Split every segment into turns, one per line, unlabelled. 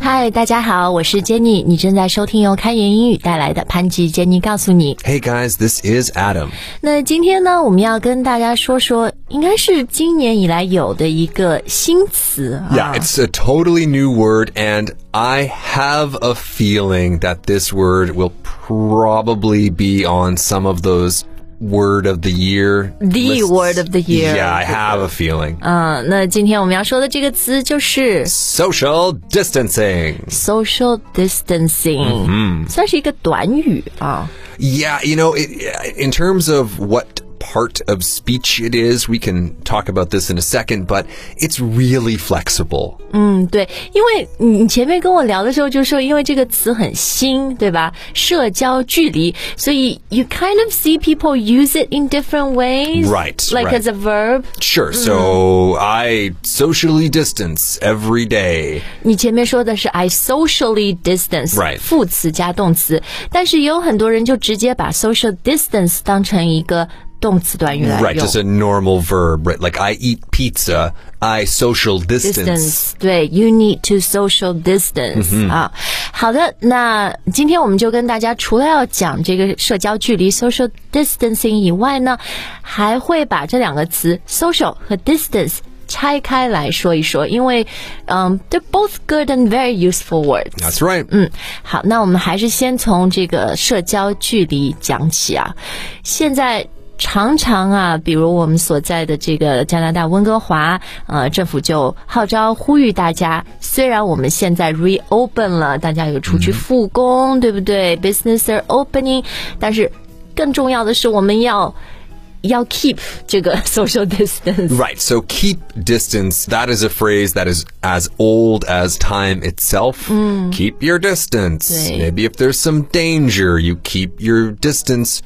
嗨，大家好，我是 Jenny，你正在收听由开言英语带来的潘吉 Jenny 告诉你。
Hey guys, this is Adam.
那今天呢，我们要跟大家说说，应该是今年以来有的一个新词啊。
Yeah, Ah. it's a totally new word, and I have a feeling that this word will probably be on some of those word of the year.
The
lists.
word of the year. Ah.
Yeah, I have a feeling.
嗯，那今天我们要说的这个词就是。
Social distancing.
Social distancing，嗯，算是一个短语啊。
Yeah, you know, it, in terms of what part of speech it is, we can talk about this in a second, but it's really flexible.
嗯，对，因为你你前面跟我聊的时候就说，因为这个词很新，对吧？社交距离，所以 you kind of see people use it in different ways,
Right,
Like
right.
as a verb.
Sure, so I socially distance every day.
你前面说的是 I socially distance，
Right
副词加动词，但是也有很多人就直接把 social distance 当成一个动词短语来用。
Right, just a normal verb, right? Like I eat pizza, I social distance.
distance，对，you need to social distance、啊。好的，那今天我们就跟大家除了要讲这个社交距离 social distancing 以外呢，还会把这两个词 social 和 distance。拆开来说一说，因为，嗯、t h e y r e both good and very useful words。
That's right.
嗯，好，那我们还是先从这个社交距离讲起啊。现在常常啊，比如我们所在的这个加拿大温哥华，呃，政府就号召呼吁大家，虽然我们现在 reopen 了，大家有出去复工，对不对？Business are opening，但是更重要的是，我们要要 keep 这个 social distance。
Right, so keep distance. That is a phrase that is as old as time itself. Keep your distance.
Mm. Right.
Maybe if there's some danger, you keep your distance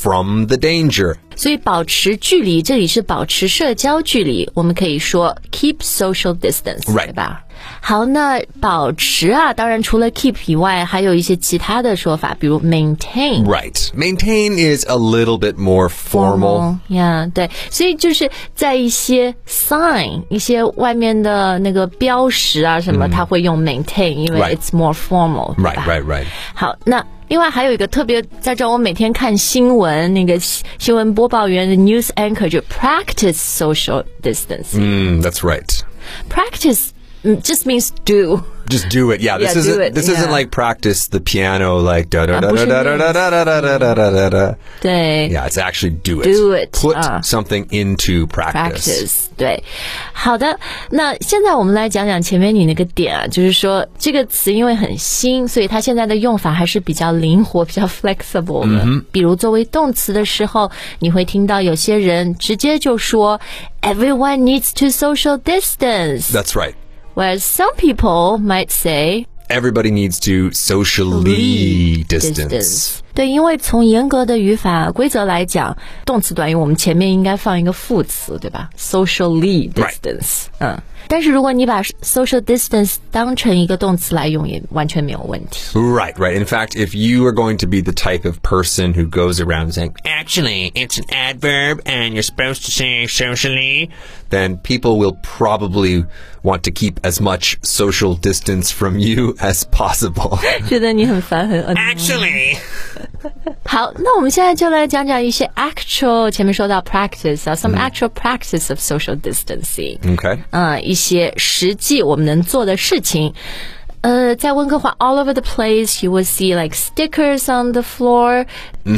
from the danger.
所以保持距离，这里是保持社交距离，我们可以说 keep social distance，、
Right
对吧？好，那保持啊，当然除了 keep 以外，还有一些其他的说法，比如 maintain。
Right. Maintain is a little bit more formal.
呀对，所以就是在一些 sign、一些外面的那个标识啊什么，它会用 maintain，因为
嗯 Right
it's more formal，对
Right,
吧
right, right.
好，那另外还有一个特别，在这儿我每天看新闻，那个新新闻播报员的 news anchor 就 practice social distance。
Mm, that's right.
Practice 嗯 just means do。
Just do it. Yeah,
Yeah,
this
do
isn't
it,
this isn't
yeah.
like practice the piano like da da da da
pushing
da da da da da da da da da da.
对
Yeah, it's actually do it.
Do it,
Put
uh.
something into practice.
Practice 对，好的。那现在我们来讲讲前面你那个点啊，就是说这个词因为很新，所以它现在的用法还是比较灵活、比较 flexible 的。比如作为动词的时候，你会听到有些人直接就说 “Everyone needs to social distance”，
That's right.
whereas some people might say
Everybody needs to socially distance.
对，因为从严格的语法规则来讲，动词短语我们前面应该放一个副词，对吧？Socially
Right.
distance，、嗯。但是如果你把 social distance 当成一个动词来用，也完全没有问 题。
Right, right. In fact, if you are going to be the type of person who goes around saying, actually, it's an adverb and you're supposed to say socially, then people will probably want to keep as much social distance from you as possible.
觉得你很烦，很嗯。
actually.
好，那我们现在就来讲讲一些 actual，前面说到 practice 啊，some
Mm
actual practice of social distancing。
Okay.
嗯，一些实际我们能做的事情。呃，在温哥华，all over the place you will see like stickers on the floor，、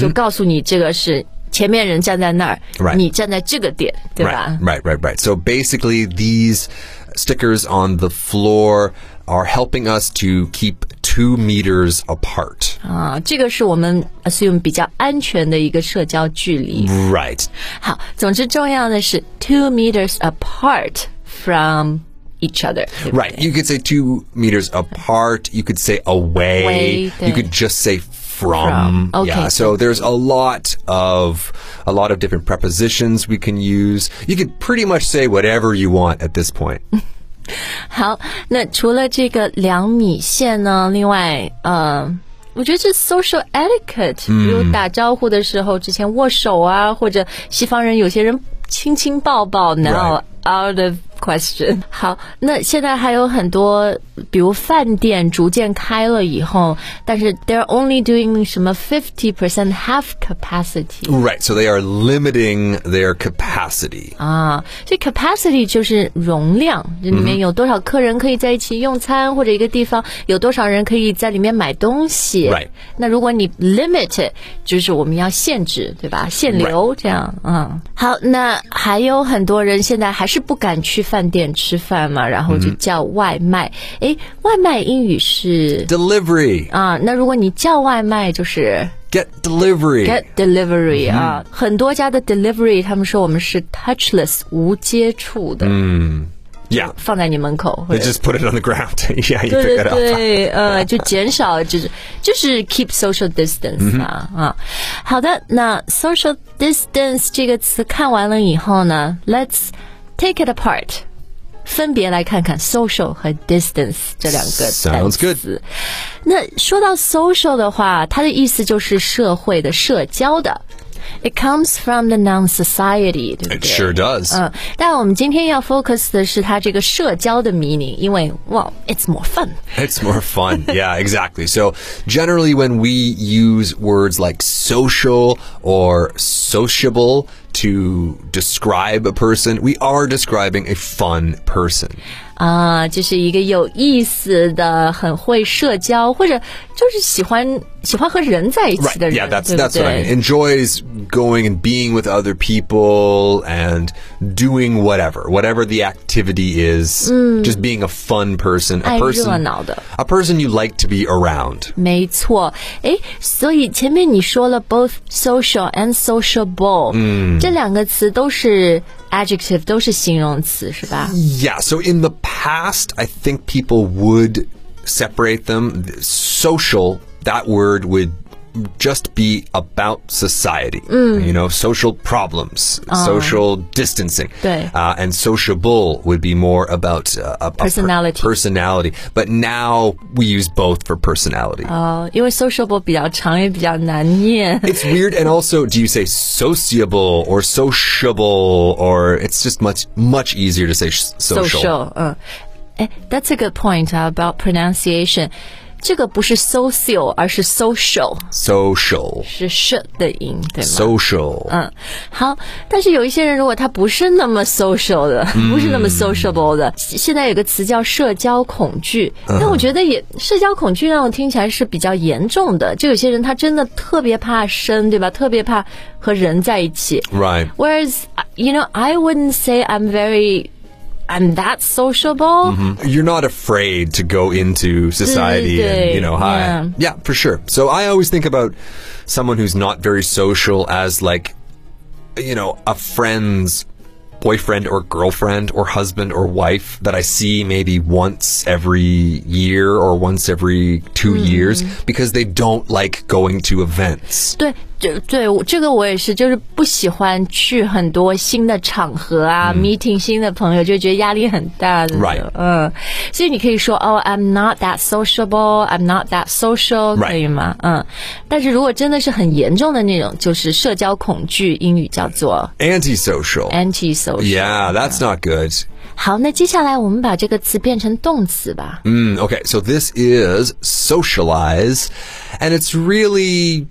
就告诉你这个是前面人站在那儿
嗯 Right
你站在这个点，对吧
Right, right, right, right. So basically, these stickers on the floor are helping us to keep two meters apart.
啊，这个是我们 assume 比较安全的一个社交距
嗯
离。
Right.
好，总之重要的是 two meters apart from each other，对不对
Right. You could say two meters apart. You could say away.
Away,
you
对。
could just say from.
From. Okay.
Yeah. So there's a lot of a lot of different prepositions we can use. You could pretty much say whatever you want at this point.
好，那除了这个两米线呢，另外，呃，我觉得这 social etiquette，比如打招呼的时候，之前握手啊，或者西方人有些人亲亲抱抱，然后 out of question。好，那现在还有很多，比如饭店逐渐开了以后，但是 they're only doing 什么 fifty percent half capacity
Right, so they are limiting their capacity.
啊，所以 capacity 就是容量，这里面有多少客人可以在一起用餐，或者一个地方有多少人可以在里面买东西。
Right
那如果你 limit，就是我们要限制，对吧？限流这样，嗯。好，那还有很多人现在还是不敢去饭店吃饭嘛，然后就叫外卖。诶，
Mm-hmm
外卖英语是
Delivery.
啊，那如果你叫外卖就是。
Get delivery. Mm-hmm
Get delivery 啊，很多家的 delivery，他们说我们是 touchless 无接触的，
yeah.
放在你门口或
They
者。
just put it on the ground. yeah, you
对
pick
对
that up.
对，呃，就减少，就是就是 keep social distance 啊、啊。好的，那 social distance 这个词看完了以后呢，let's take it apart，分别来看看 social 和 distance 这两个
Sounds
单词。那说到 social 的话，它的意思就是社会的、社交的。It comes from the non-society，对不对
It sure does.
嗯，但我们今天要 focus 的是它这个社交的 meaning，因为 wow，it's more fun。
It's more fun. yeah, exactly. So, generally, when we use words like social or sociable to describe a person, we are describing a fun person.
啊，就是一个有意思的、很会社交，或者就是喜欢 喜欢和人在一起的
Right.
人
Yeah, that's
对不
that's what
对
I mean. Enjoys going and being with other people and doing whatever, whatever the activity is. Just being a fun person, a
爱热
person,
闹的。
a person you like to be around.
没错，诶，所以前面你说了 both social and sociable，嗯，这两个词都是 adjective，都是形容词，是吧？
Yeah, so in the past, I think people would separate them. Social, that word would just be about society. You know, social problems, social distancing.
对。
Uh, and sociable would be more about uh, a- a per-
Personality.
personality. But now we use both for personality.
哦，因为 sociable 比较长，也比较难念。
It's weird, and also, do you say sociable or sociable, or it's just much much easier to say s- social.
social，嗯，哎，that's a good point about pronunciation。这个不是 social，而是 social，
Social.
是 sh 的音，对吗
social.
嗯，好，但是有一些人如果他不是那么 social 的，不是那么 sociable 的，现在有个词叫社交恐惧，但我觉得也社交恐惧让我听起来是比较严重的，就有些人他真的特别怕生，对吧？特别怕和人在一起。
Right.
Whereas you know I wouldn't say I'm very I'm that sociable.
You're not afraid to go into society and, you know, hi.
Yeah.
Yeah. for sure. So I always think about someone who's not very social as like, you know, a friend's boyfriend or girlfriend or husband or wife that I see maybe once every year or once every 2 years because they don't like going to events.
对，就对我这个我也是，就是不喜欢去很多新的场合啊、m e e t i n g 新的朋友，就觉得压力很大的。
嗯 Right
嗯，所以你可以说哦、i m not that sociable，I'm not that social，、
Right
可以吗？嗯，但是如果真的是很严重的那种，就是社交恐惧，英语叫做
Antisocial.
anti-social。
yeah, that's not good.
好，那接下来我们把这个词变成动词吧。
Mm, okay, so this is socialize, and it's really.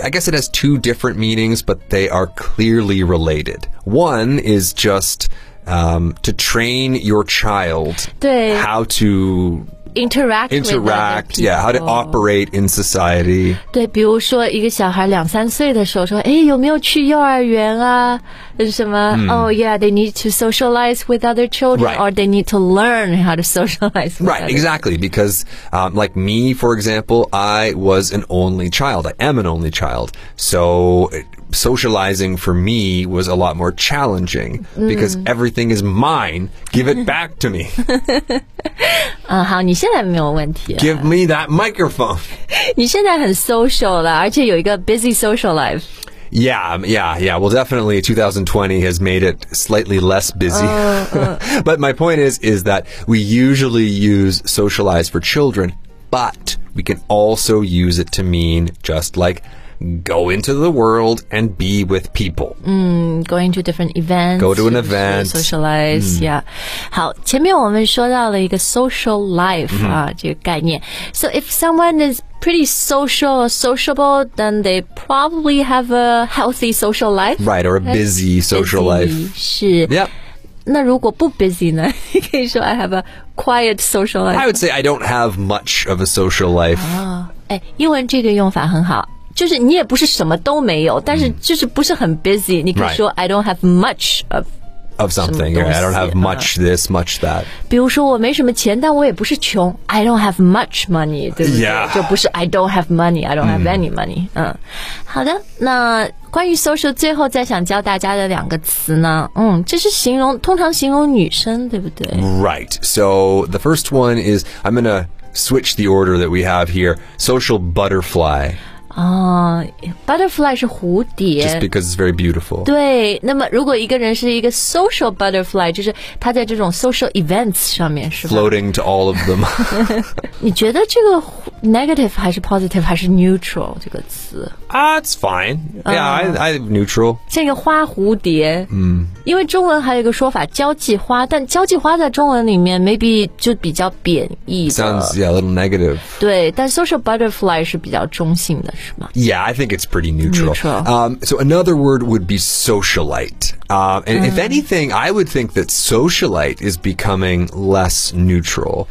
I guess it has two different meanings, but they are clearly related. One is just um, to train your child
对
how to
，interact with other
interact, yeah, how to
people
operate in society.
对，比如说一个小孩两三岁的时候说，哎，有没有去幼儿园啊？呃什么？哦、y e a h they need to socialize with other children,
嗯 Right.
or they need to learn how to socialize. With
Right,
other-
exactly. Because, um, like me, for example, I was an only child. I am an only child. So it, socializing for me was a lot more challenging because everything is mine. Give it back to me.
嗯，好，你现在没有问题了啊
Give me that microphone.
你现在很 social 了，而且有一个 busy social life。
Yeah, um, yeah, yeah. Well, definitely 2020 has made it slightly less busy. but my point is, is that we usually use socialize for children, but we can also use it to mean just like go into the world and be with people.
going to different events,
Go to an
是不是
event Mm.
socialize, yeah. 好，前面我们说到了一个 social life
Mm-hmm.
啊，这个概念。So if someone is pretty social or sociable, then they probably have a healthy social life.
Right, or a busy social life.
是。
Yep.
那如果不 busy 呢？你可以说 I have a quiet social life。
I would say I don't have much of a social life.
哎，英文这个用法很好，就是你也不是什么都没有，但是就是不是很 busy。你可以
Mm. Right.
说 I don't have much of。
of something.
Some
or I don't have
don't
much this, much that.
比如说我没什么钱，但我也不是穷。I don't have much money，对不对
Yeah Mm
就不是 I don't have money，I don't have any money。嗯，好的。那关于 social，最后再想教大家的两个词呢，嗯，这是形容，通常形容女生，对不对？
嗯 Right. So the first one is I'm going to switch the order that we have here social butterfly,
哦、b u t t e r f l y 是蝴蝶。
just because it's very beautiful.
对，那么如果一个人是一个 social butterfly，就是他在这种 social events 上面是吧？
Floating to all of them.
你觉得这个 negative 还是 positive 还是 neutral 这个词？
ah, it's fine. Yeah, I, I'm neutral.
像一个花蝴蝶，嗯，因为中文还有一个说法交际花，但交际花在中文里面 maybe 就比较贬义的
Sounds yeah, a little negative.
对，但 social butterfly 是比较中性的，是吗？
Yeah, I think it's pretty neutral.
Neutral.
Um, so another word would be socialite. Um, and if anything, I would think that socialite is becoming less neutral.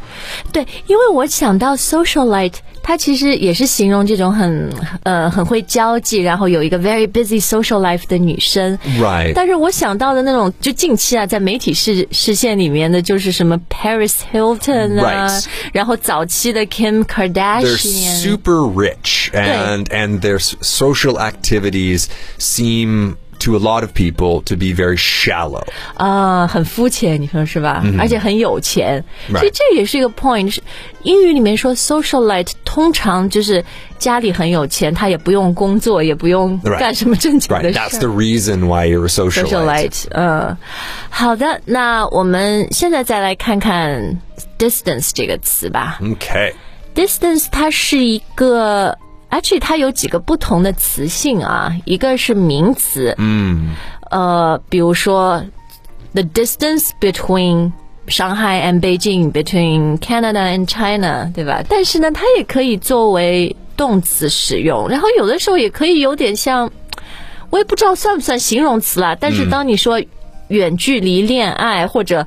对，因为我想到 socialite，它其实也是形容这种很呃很会交际，然后有一个 very busy social life 的女生。
Right.
但是我想到的那种，就近期啊，在媒体视视线里面的，就是什么 Paris Hilton 啊
Right
然后早期的 Kim
they're
Kardashian，啊
super rich and and their s- social activities seem to a lot of people to be very shallow
啊、很肤浅，你说是吧？而且很有钱
嗯 Right
所以这也是一个 point。是英语里面说 socialite，通常就是家里很有钱，他也不用工作，也不用
Right
干什么正经
right
的事
that's
儿
the reason why you're a socialite,
socialite，嗯，好的，那我们现在再来看看 distance 这个词吧。
okay
distance 它是一个，actually 它有几个不同的词性啊，一个是名词，嗯，呃，比如说 the distance between。上海 and Beijing between Canada and China，对吧？但是呢，它也可以作为动词使用，然后有的时候也可以有点像，我也不知道算不算形容词啦。但是当你说远距离恋爱或者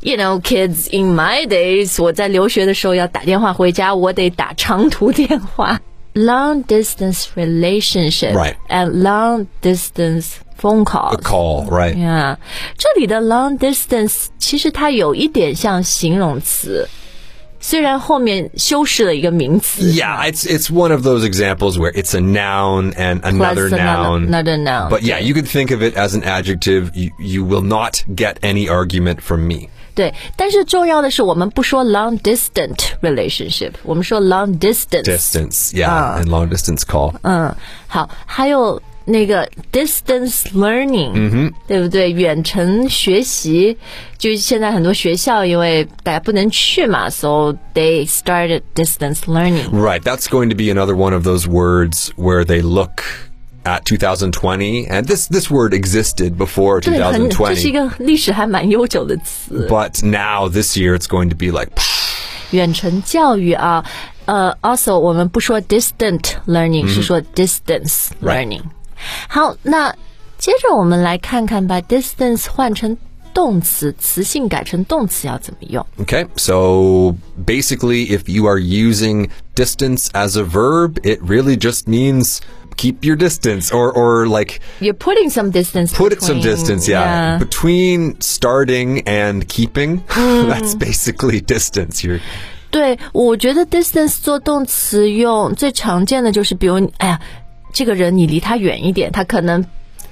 ，you know kids in my days，我在留学的时候要打电话回家，我得打长途电话，long distance relationship
Right.
and long distance phone
a
calls。
call right
Yeah，这里的 long distance 其实它有一点像形容词，虽然后面修饰了一个名词
yeah it's it's one of those examples where it's a noun and another
plus
noun
another noun，
but yeah you could think of it as an adjective you, you will not get any argument from me
对。但是重要的是，我们不说 long distant relationship，我们说 long distance。
distance yeah and long distance call
嗯，好，还有那个 distance learning，嗯哼，对不对？远程学习，就是现在很多学校因为大家不能去嘛，so they started distance learning。
Right. That's going to be another one of those words where they look at 2020, and this this word existed before
对，很，这是一
2020,
个历史还蛮悠久的词，
but now this year it's going to be like
远程教育啊。呃、a l s o 我们不说 distant learning，、是说 distance
嗯 Right
learning。好，那接着我们来看看把 distance 换成动词，词性改成动词要怎么用？
okay. So basically, if you are using distance as a verb, it really just means keep your distance, or or like
You're putting some distance.
put it some
between-
distance. Yeah, between starting and keeping, that's basically distance. You're
对，我觉得 distance 做动词用最常见的就是，比如你，哎呀，这个人你离他远一点，他可能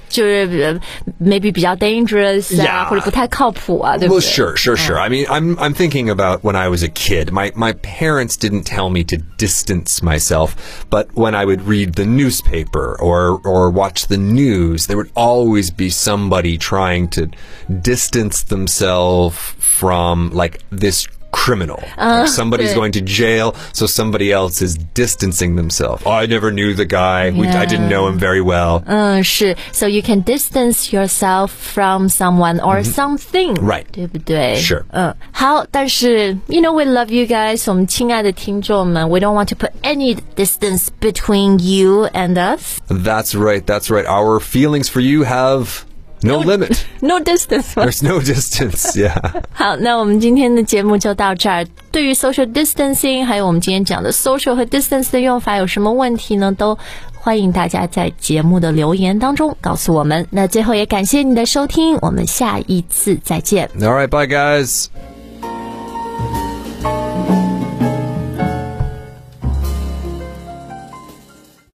就是呃 maybe 比较 dangerous 啊
Yeah.
或者不太靠谱啊，对不
Well,
对？
sure, sure, sure. I mean, I'm I'm thinking about when I was a kid. My my parents didn't tell me to distance myself, but when I would read the newspaper or or watch the news, there would always be somebody trying to distance themselves from like this criminal. like somebody's
对
going to jail, so somebody else is distancing themselves. Oh, I never knew the guy. We, I didn't know him very well.
嗯，是。So you can distance yourself from someone or something.
Mm-hmm。 Right.
对不对？
Sure.
嗯，好，但是 you know we love you guys. We don't want to put any distance between you and us.
That's right. That's right. Our feelings for you have no limit.
No distance.
There's no distance. Yeah.
好，那我们今天的节目就到这儿。对于 social distancing，还有我们今天讲的 social 和 distance 的用法有什么问题呢？都欢迎大家在节目的留言当中告诉我们。那最后也感谢你的收听，我们下一次再见。
All right. Bye, guys.